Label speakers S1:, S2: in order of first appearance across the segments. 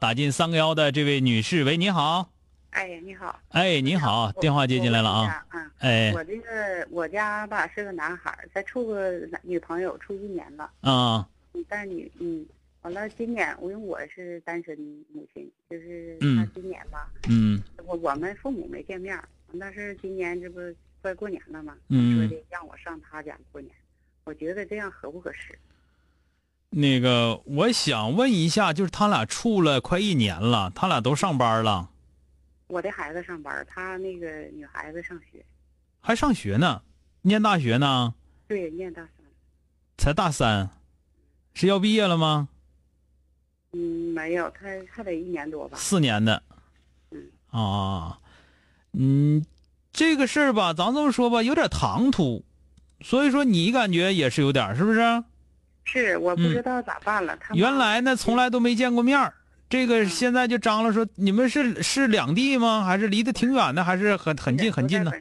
S1: 打进三个幺的这位女士，喂，你好，
S2: 哎，你好，
S1: 哎，你好，电话接进来了啊，
S2: 我。我问一下
S1: 哎
S2: 嗯，，我这个我家吧是个男孩儿，才处个男女朋友，处一年了。
S1: 啊，
S2: 嗯但是你嗯，完了今年我因为我是单身母亲，就是
S1: 嗯
S2: 他今年吧，
S1: 嗯
S2: 我我们父母没见面儿，但是今年这不快过年了嘛，说
S1: 嗯，
S2: 的让我上他家过年，我觉得这样合不合适？
S1: 那个，我想问一下，就是他俩处了快一年了，他俩都上班了，
S2: 我的孩子上班儿，他那个女孩子上学，
S1: 还上学呢，念大学呢。
S2: 对，念大三。
S1: 才大三，是要毕业了吗？
S2: 嗯，没有，他还得一年多吧。
S1: 四年的
S2: 嗯，
S1: 啊，嗯，这个事儿吧，咱这么说吧，有点唐突，所以说你感觉也是有点儿，是不是？
S2: 是，我不
S1: 嗯
S2: 知道咋办了。他妈
S1: 原来呢，从来都没见过面儿这个
S2: 嗯
S1: 现在就张罗说，你们是是两地吗？还是离得挺远的？还是很很近很近的？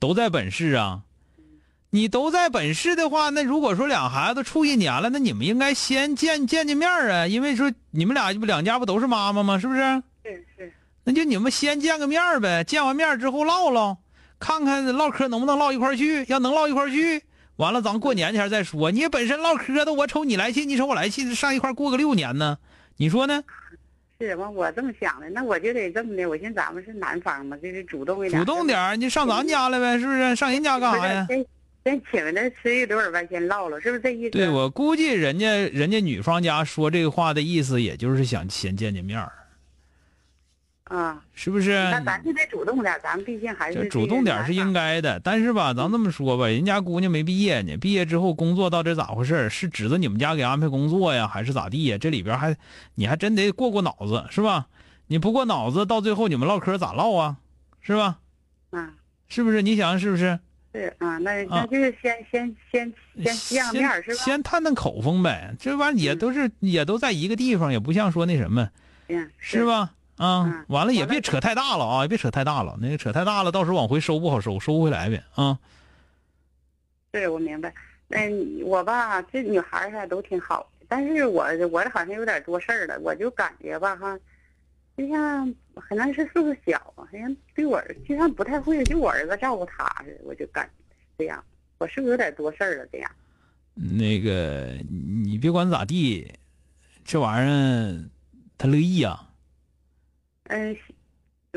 S2: 都在
S1: 都在本
S2: 本市
S1: 市啊。你都在本市的话，那如果说俩孩子处一年了，那你们应该先见见见面儿啊，因为说你们俩不两家不都是妈妈吗？是不是？
S2: 是是，
S1: 那就你们先见个面儿呗，见完面儿之后唠唠，看看唠嗑能不能唠一块儿去。要能唠一块儿去，完了咱过年前再说。你本身唠嗑的，我瞅你来气，你瞅我来气，上一块儿过个六年呢，你说呢？
S2: 是完我这么想的，那我就得这么的。我寻思咱们是南方嘛，就是主动一点，
S1: 主动点儿，你上咱家来呗，是不是？上人家干啥呀？
S2: 不是？先先请那吃一顿饭，先唠唠，是不是这意思？
S1: 对，我估计人家人家女方家说这个话的意思，也就是想先见见面儿，
S2: 啊，
S1: 是不是？
S2: 那咱就得主动点儿，咱们毕竟还
S1: 嗯就是主动点儿是应
S2: 该。
S1: 该的，但是吧，
S2: 嗯
S1: 咱这么说吧，人家姑娘没毕业呢，毕业之后工作到底咋回事儿？是指着你们家给安排工作呀，还是咋地呀？这里边还你还真得过过脑子，是吧？你不过脑子，到最后你们唠嗑咋唠啊？是吧？
S2: 啊，
S1: 是不是？你想是不是？
S2: 是啊，那
S1: 啊
S2: 那就是先先先先见个面儿是吧？
S1: 先探探口风呗，这玩意儿也都是、也都在一个地方，也不像说那什么，
S2: 嗯，
S1: 是？吧？啊、
S2: 嗯
S1: 完了也
S2: 完了
S1: 别扯太大了啊，也别扯太大了，那个扯太大了，到时候往回收不好收，收不回来呗啊。
S2: 对，我明白。嗯，我吧，这女孩儿啥都挺好的，但是我我好像有点多事儿了，我就感觉吧哈，就像可能是岁数小，好像对我就像不太会，就我儿子照顾他似的，我就感觉这样，我是不是有点多事儿了？这样
S1: 那个，你别管咋地，这玩意儿他乐意啊呀、
S2: 嗯，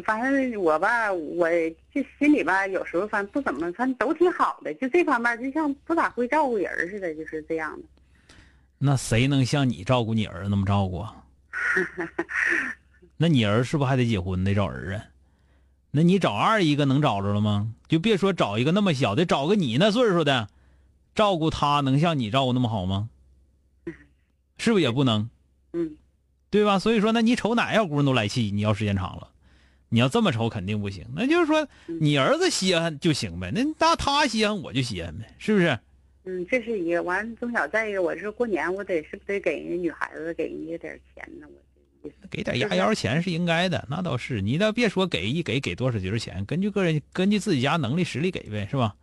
S2: 反正我吧，我就心里吧，有时候反正不怎么，反正都挺好的，就这方面就像不咋会照顾人儿似的，就是这样的。
S1: 那谁能像你照顾你儿那么照顾啊？那你儿是不是还得结婚得找儿啊？那你找二一个能找着了吗？就别说找一个那么小的，找个你那岁数的，照顾他能像你照顾那么好吗？是不是也不能？
S2: 嗯，
S1: 对吧？所以说，那你瞅哪样姑娘都来气，你要时间长了，你要这么瞅肯定不行。那就是说，你儿子稀罕就行呗，那那他稀罕我就稀罕呗，是不是？
S2: 嗯，这是一个。完，从小再一个，我是过年，我得是不是得给人家女孩子给人家点儿钱呢？我这意思
S1: 给点压腰钱是应该的，那倒是。你倒别说给一给给多少就是钱，根据个人根据自己家能力实力给呗，是吧？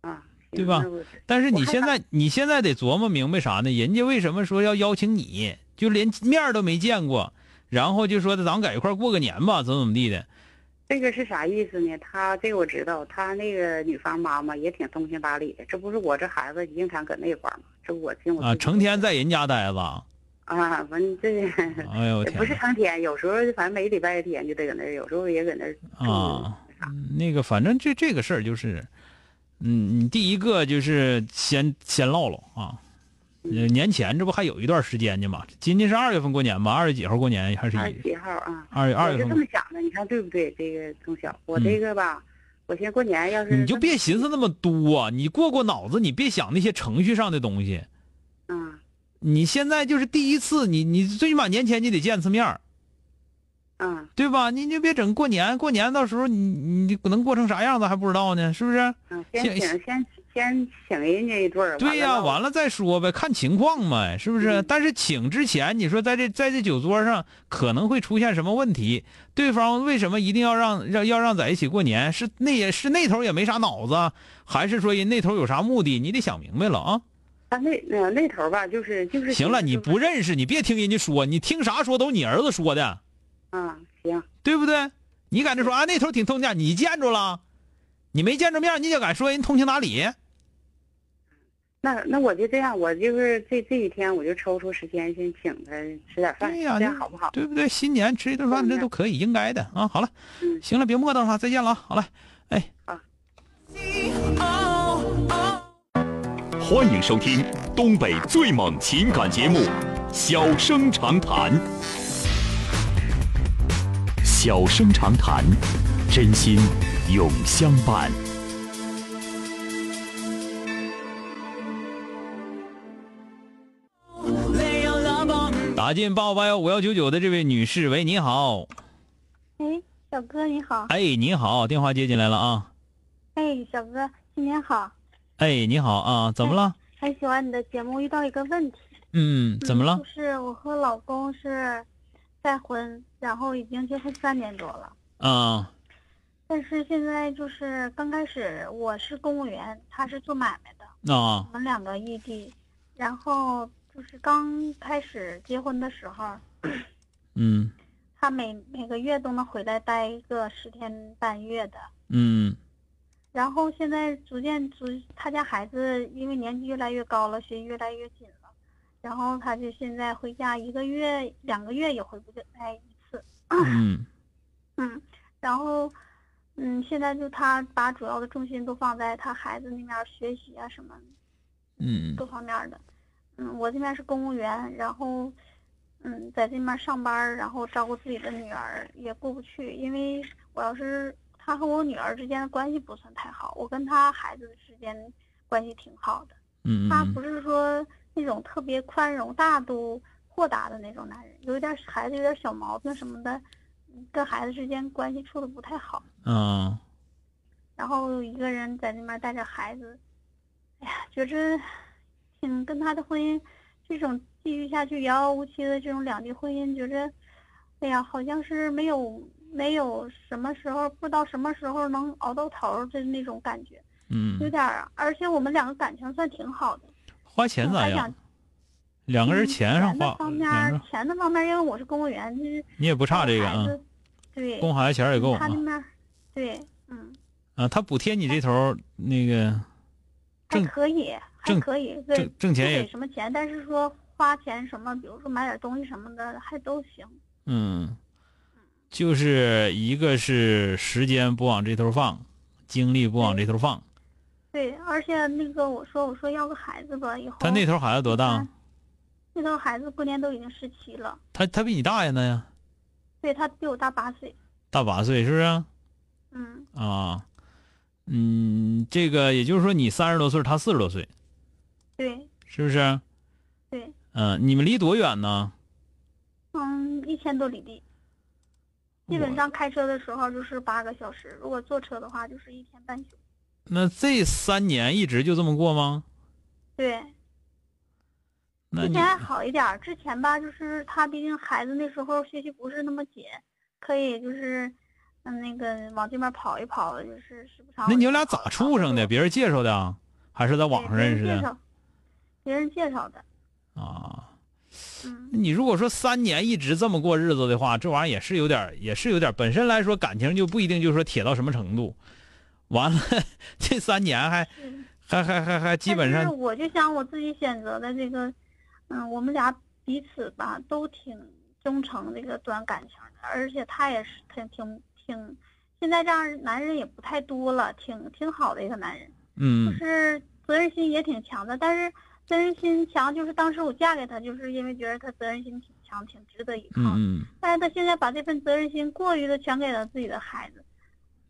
S2: 啊，行
S1: 对吧
S2: 那我
S1: 但是你
S2: 我看
S1: 现在你现在得琢磨明白啥呢？人家为什么说要邀请你，就连面儿都没见过，然后就说的咱们在一块儿过个年吧，怎么怎么地的？
S2: 这个是啥意思呢？他这个我知道，他那个女方妈妈也挺通情达理的。这不是我这孩子经常搁那块儿吗？这我听我
S1: 啊，
S2: 自己
S1: 成天在人家待着，
S3: 啊，完这
S1: 哎
S2: 呃
S1: 呦我
S3: 也
S1: 天
S3: 不是成天，有时候反正每礼拜天就得搁那儿，有时候也搁那儿
S1: 哪啊，那个反正这这个事儿就是，嗯，你第一个就是先先唠唠啊。呃年前这不还有一段时间呢嘛？今年是二月份过年吧？二月几号过年还是
S3: 二十
S1: 一
S3: 几号啊。
S1: 二月二
S3: 我
S1: 月
S3: 就
S1: 份
S3: 这
S1: 过？
S3: 么想的，你看对不对？这个从小我
S1: 嗯
S3: 这个吧，我寻思过年要是
S1: 你就别寻思那么多、啊你过过脑子，你别想那些程序上的东西。
S3: 嗯
S1: 你现在就是第一次，你你最起码年前你得见次面儿，
S3: 嗯
S1: 对吧？你就别整过年，过年到时候你你能过成啥样子还不知道呢，是不是？
S3: 嗯，先
S1: 先
S3: 请先先请人家一顿儿，
S1: 对呀、完
S3: 了
S1: 了再说呗，看情况嘛，是不是？
S3: 嗯
S1: 但是请之前，你说在这在这酒桌上可能会出现什么问题？对方为什么一定要让让要让在一起过年？是那也是那头也没啥脑子，还是说人那头有啥目的？你得想明白了啊！
S3: 他那那那头儿吧，就是就是
S1: 行了，你不认识，你别听人家说，你听啥说都是你儿子说的，
S3: 啊、行，
S1: 对不对？你敢这说啊？那头挺通情达理，你见着了，你没见着面，你就敢说人通情达理？
S3: 那那我就这样，我就是这这几天我就抽出时间先请他吃点饭，
S1: 对呀、
S3: 这样
S1: 你
S3: 好不好？
S1: 对不对？新年吃一顿饭，
S3: 嗯
S1: 这都可以，应该的啊。好了，
S3: 嗯
S1: 行了，别磨蹭了，再见了啊。好了，哎，
S4: 欢迎收听东北最猛情感节目《小生长谈》。小生长谈，真心永相伴。
S1: 打进八五八幺五幺九九的这位女士，喂，你好，
S2: 哎，小哥你好，
S1: 哎，你好，电话接进来了啊，
S2: 哎，小哥新年好，
S1: 哎，你好啊，怎么了？
S2: 很喜欢你的节目。遇到一个问题，
S1: 嗯，怎么
S2: 嗯
S1: 了
S2: 就？是我和老公是再婚，然后已经结婚三年多了，
S1: 啊，
S2: 但是现在就是刚开始我是公务员，他是做买卖的，
S1: 啊
S2: 我，们两个异地，然后就是刚开始结婚的时候，
S1: 嗯
S2: 他每每个月都能回来待一个十天半月的，
S1: 嗯
S2: 然后现在逐渐逐，他家孩子因为年纪越来越高了，学习越来越紧了，然后他就现在回家一个月、两个月也回不来一次。
S1: 嗯
S2: 嗯，然后，嗯，现在就他把主要的重心都放在他孩子那边儿学习啊什么
S1: 嗯
S2: 各方面儿的。嗯，我这边是公务员，然后，嗯，在这面儿上班儿，然后照顾自己的女儿也过不去，因为我要是他和我女儿之间的关系不算太好，我跟他孩子之间关系挺好的。
S1: 嗯
S2: 他
S1: 嗯
S2: 不是说那种特别宽容、大度、豁达的那种男人，有一点儿孩子有点儿小毛病什么的，嗯跟孩子之间关系处的不太好。
S1: 嗯啊，
S2: 然后一个人在那边带着孩子，哎呀，觉着挺跟他的婚姻这种继续下去遥遥无期的这种两地婚姻，觉着，哎呀，好像是没有没有什么时候不知道什么时候能熬到头儿的那种感觉，有
S1: 嗯，
S2: 点儿。而且我们两个感情算挺好的，
S1: 花钱咋
S2: 还
S1: 样
S2: 想？
S1: 两个人钱上
S2: 钱的
S1: 花，
S2: 方面
S1: 两
S2: 儿
S1: 个，
S2: 钱的方面儿，因为我是公务员，就是
S1: 你也不差这个
S2: 孩
S1: 啊，
S2: 子，对，嗯
S1: 供孩子钱儿也够
S2: 他
S1: 啊
S2: 那边儿，对，嗯。
S1: 啊，他补贴你这头儿那个
S2: 还
S1: 挣
S2: 可以，还
S1: 挣
S2: 可以，对，
S1: 挣挣
S2: 不
S1: 钱
S2: 给
S1: 也
S2: 什么钱，但是说花钱什么，比如说买点东西什么的，还都行。
S1: 嗯，就是一个是时间不往这头放，精力不往这头放。
S2: 啊对，而且那个我说我说要个孩子吧，以后
S1: 他那头孩子多大
S2: 嗯？那头孩子过年都已经十七了，
S1: 他他比你大呀，那呀，
S2: 对他比我大八岁，
S1: 大八岁是不是？
S2: 嗯，
S1: 啊，嗯，这个也就是说你三十多岁，他四十多岁，
S2: 对
S1: 是不是？
S2: 对，
S1: 嗯、你们离多远呢？
S2: 嗯，一千多里地，基本
S1: 我
S2: 上开车的时候就是八个小时，如果坐车的话就是一天半宿。
S1: 那这三年一直就这么过吗？
S2: 对，
S1: 那
S2: 之
S1: 你
S2: 前还好一点儿，之前吧，就是他毕竟孩子那时候学习不是那么紧，可以就是，嗯，那个往这边跑一跑，就是时不常。
S1: 那你们俩咋处上的？？别人介绍的啊，还是在网上认识
S2: 别人介
S1: 的
S2: 绍，别人介绍的，
S1: 啊？
S2: 嗯，
S1: 你如果说三年一直这么过日子的话，这玩意儿也是有点儿，也是有点儿。本身来说，感情就不一定就是说铁到什么程度。完了， 这三年还
S2: 嗯
S1: 还还还还基本
S2: 但是
S1: 上
S2: 我就想我自己选择的这个，嗯，我们俩。彼此吧都挺忠诚这个段感情的，而且他也是挺挺挺，现在这样男人也不太多了，挺挺好的一个男人，就
S1: 嗯
S2: 是责任心也挺强的，但是责任心强就是当时我嫁给他，就是因为觉得他责任心挺强，挺值得依靠。
S1: 嗯嗯，
S2: 但是他现在把这份责任心过于的全给了自己的孩子，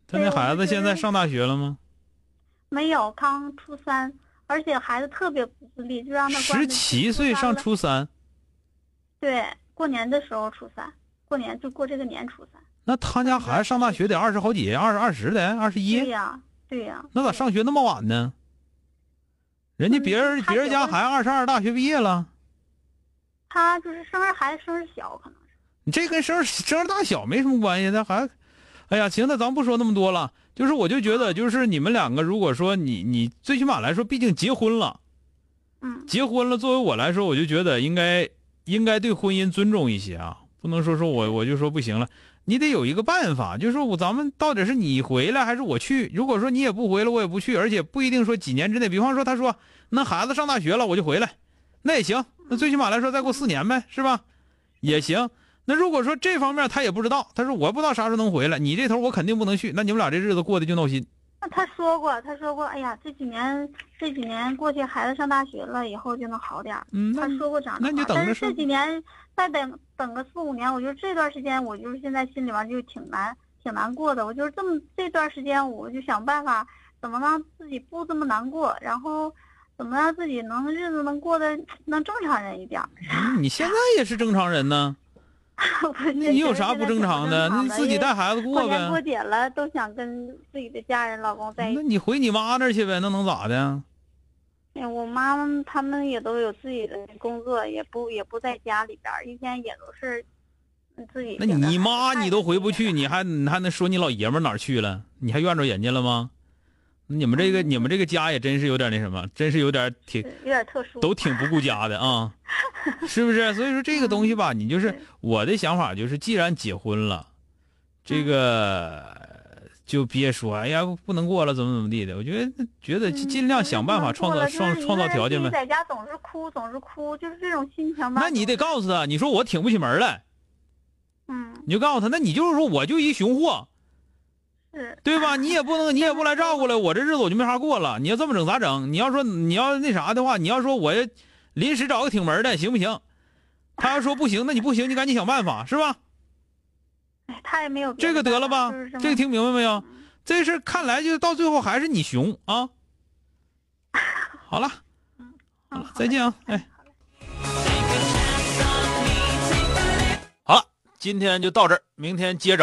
S1: 他那孩子现在上大学了吗？
S2: 没有刚初三，而且孩子特别不自立，就让他关
S1: 十
S2: 着
S1: 七岁
S2: 三
S1: 上
S2: 了
S1: 初三，
S2: 对，过年的时候初三，过年就过这个年初三。
S1: 那他家孩子上大学得二十好几，二十二十的，二十
S2: 对
S1: 一，
S2: 呀、对呀、
S1: 那咋上学那么晚呢？人家别人
S2: 嗯他
S1: 别人家
S2: 结婚
S1: 孩子二十二大学毕业了，
S2: 他就是生儿孩子生儿小，可能是
S1: 你这跟生生大小没什么关系，那还，哎呀，行，那咱不说那么多了。就是我就觉得，就是你们两个，如果说你你最起码来说，毕竟结婚了，
S2: 嗯
S1: 结婚了，作为我来说，我就觉得应该应该对婚姻尊重一些啊，不能说说我我就说不行了，你得有一个办法，就是说我咱们到底是你回来还是我去？如果说你也不回来，我也不去，而且不一定说几年之内，比方说他说那孩子上大学了我就回来，那也行，那最起码来说再过四年呗，是吧？也行。那如果说这方面他也不知道，他说我不知道啥时候能回来，你这头我肯定不能去，那你们俩这日子过得就闹心。
S2: 那他说过，他说过，哎呀，这几年这几年过去，孩子上大学了以后就能好点儿。
S1: 嗯，那
S2: 他说过这样
S1: 那
S2: 的话，
S1: 你就等
S2: 但
S1: 着
S2: 是
S1: 是
S2: 这几年再等等个四五年，我觉得这段时间我就是现在心里边就挺难挺难过的。我就是这么这段时间，我就想办法怎么让自己不这么难过，然后怎么让自己能日子能过得能正常人一点儿。
S1: 嗯你现在也是正常人呢。
S2: 我就
S1: 那你
S2: 觉
S1: 有
S2: 得
S1: 啥
S2: 现
S1: 不
S2: 在
S1: 正
S2: 挺
S1: 常的？那
S2: 常
S1: 你自己
S2: 因为
S1: 带孩子
S2: 过
S1: 过
S2: 年过
S1: 呗。
S2: 节了，都想跟自己的家人、老公在一
S1: 那
S2: 起。
S1: 你回你妈那儿去呗，那能咋的？
S2: 哎我妈妈他们也都有自己的工作，也不也不在家里边儿，一天也都是嗯自己
S1: 那
S2: 给他孩子带着自己的。
S1: 你妈你都回不去，你还你还能说你老爷们儿哪儿去了？你还怨着人家了吗？你们
S2: 嗯
S1: 这个你们这个家也真是有点那什么，真是有点挺
S2: 有点特殊。
S1: 都挺不顾家的 啊，是不是？所以说这个东西吧，你
S2: 嗯
S1: 就是我的想法就是，既然结婚了，
S2: 嗯
S1: 这个就别说哎呀不能过了怎么怎么地的，我觉得觉得
S2: 嗯
S1: 尽量
S2: 就是
S1: 想
S2: 不
S1: 办
S2: 能
S1: 法创
S2: 过
S1: 造
S2: 了就是
S1: 创
S2: 一
S1: 创
S2: 个
S1: 造
S2: 人
S1: 条
S2: 自
S1: 件
S2: 己
S1: 呗。
S2: 在家总是哭，总是哭，就是这种心情吧。
S1: 那你得
S2: 总是
S1: 告诉他，你说我挺不起门儿来，
S2: 嗯
S1: 你就告诉他，那你就是说我就一熊货，
S2: 是
S1: 对吧？你也不能，你也不来照顾了，我这日子我就没法过了。你要这么整咋整？你要说你要那啥的话，你要说我要临时找个挺门儿的行不行？他要说不行，那你不行，你赶紧想办法，是吧？
S2: 哎，他也没有别
S1: 这个
S2: 的
S1: 得
S2: 办
S1: 了
S2: 法
S1: 吧
S2: 就是？
S1: 这嗯个
S2: 么
S1: 听明白没有？这事儿看来就到最后还是你熊啊。好了， 好
S2: 嗯
S1: 了
S2: 好，
S1: 再
S2: 嘞
S1: 见啊，哎。好了，今天就到这儿，明天接着。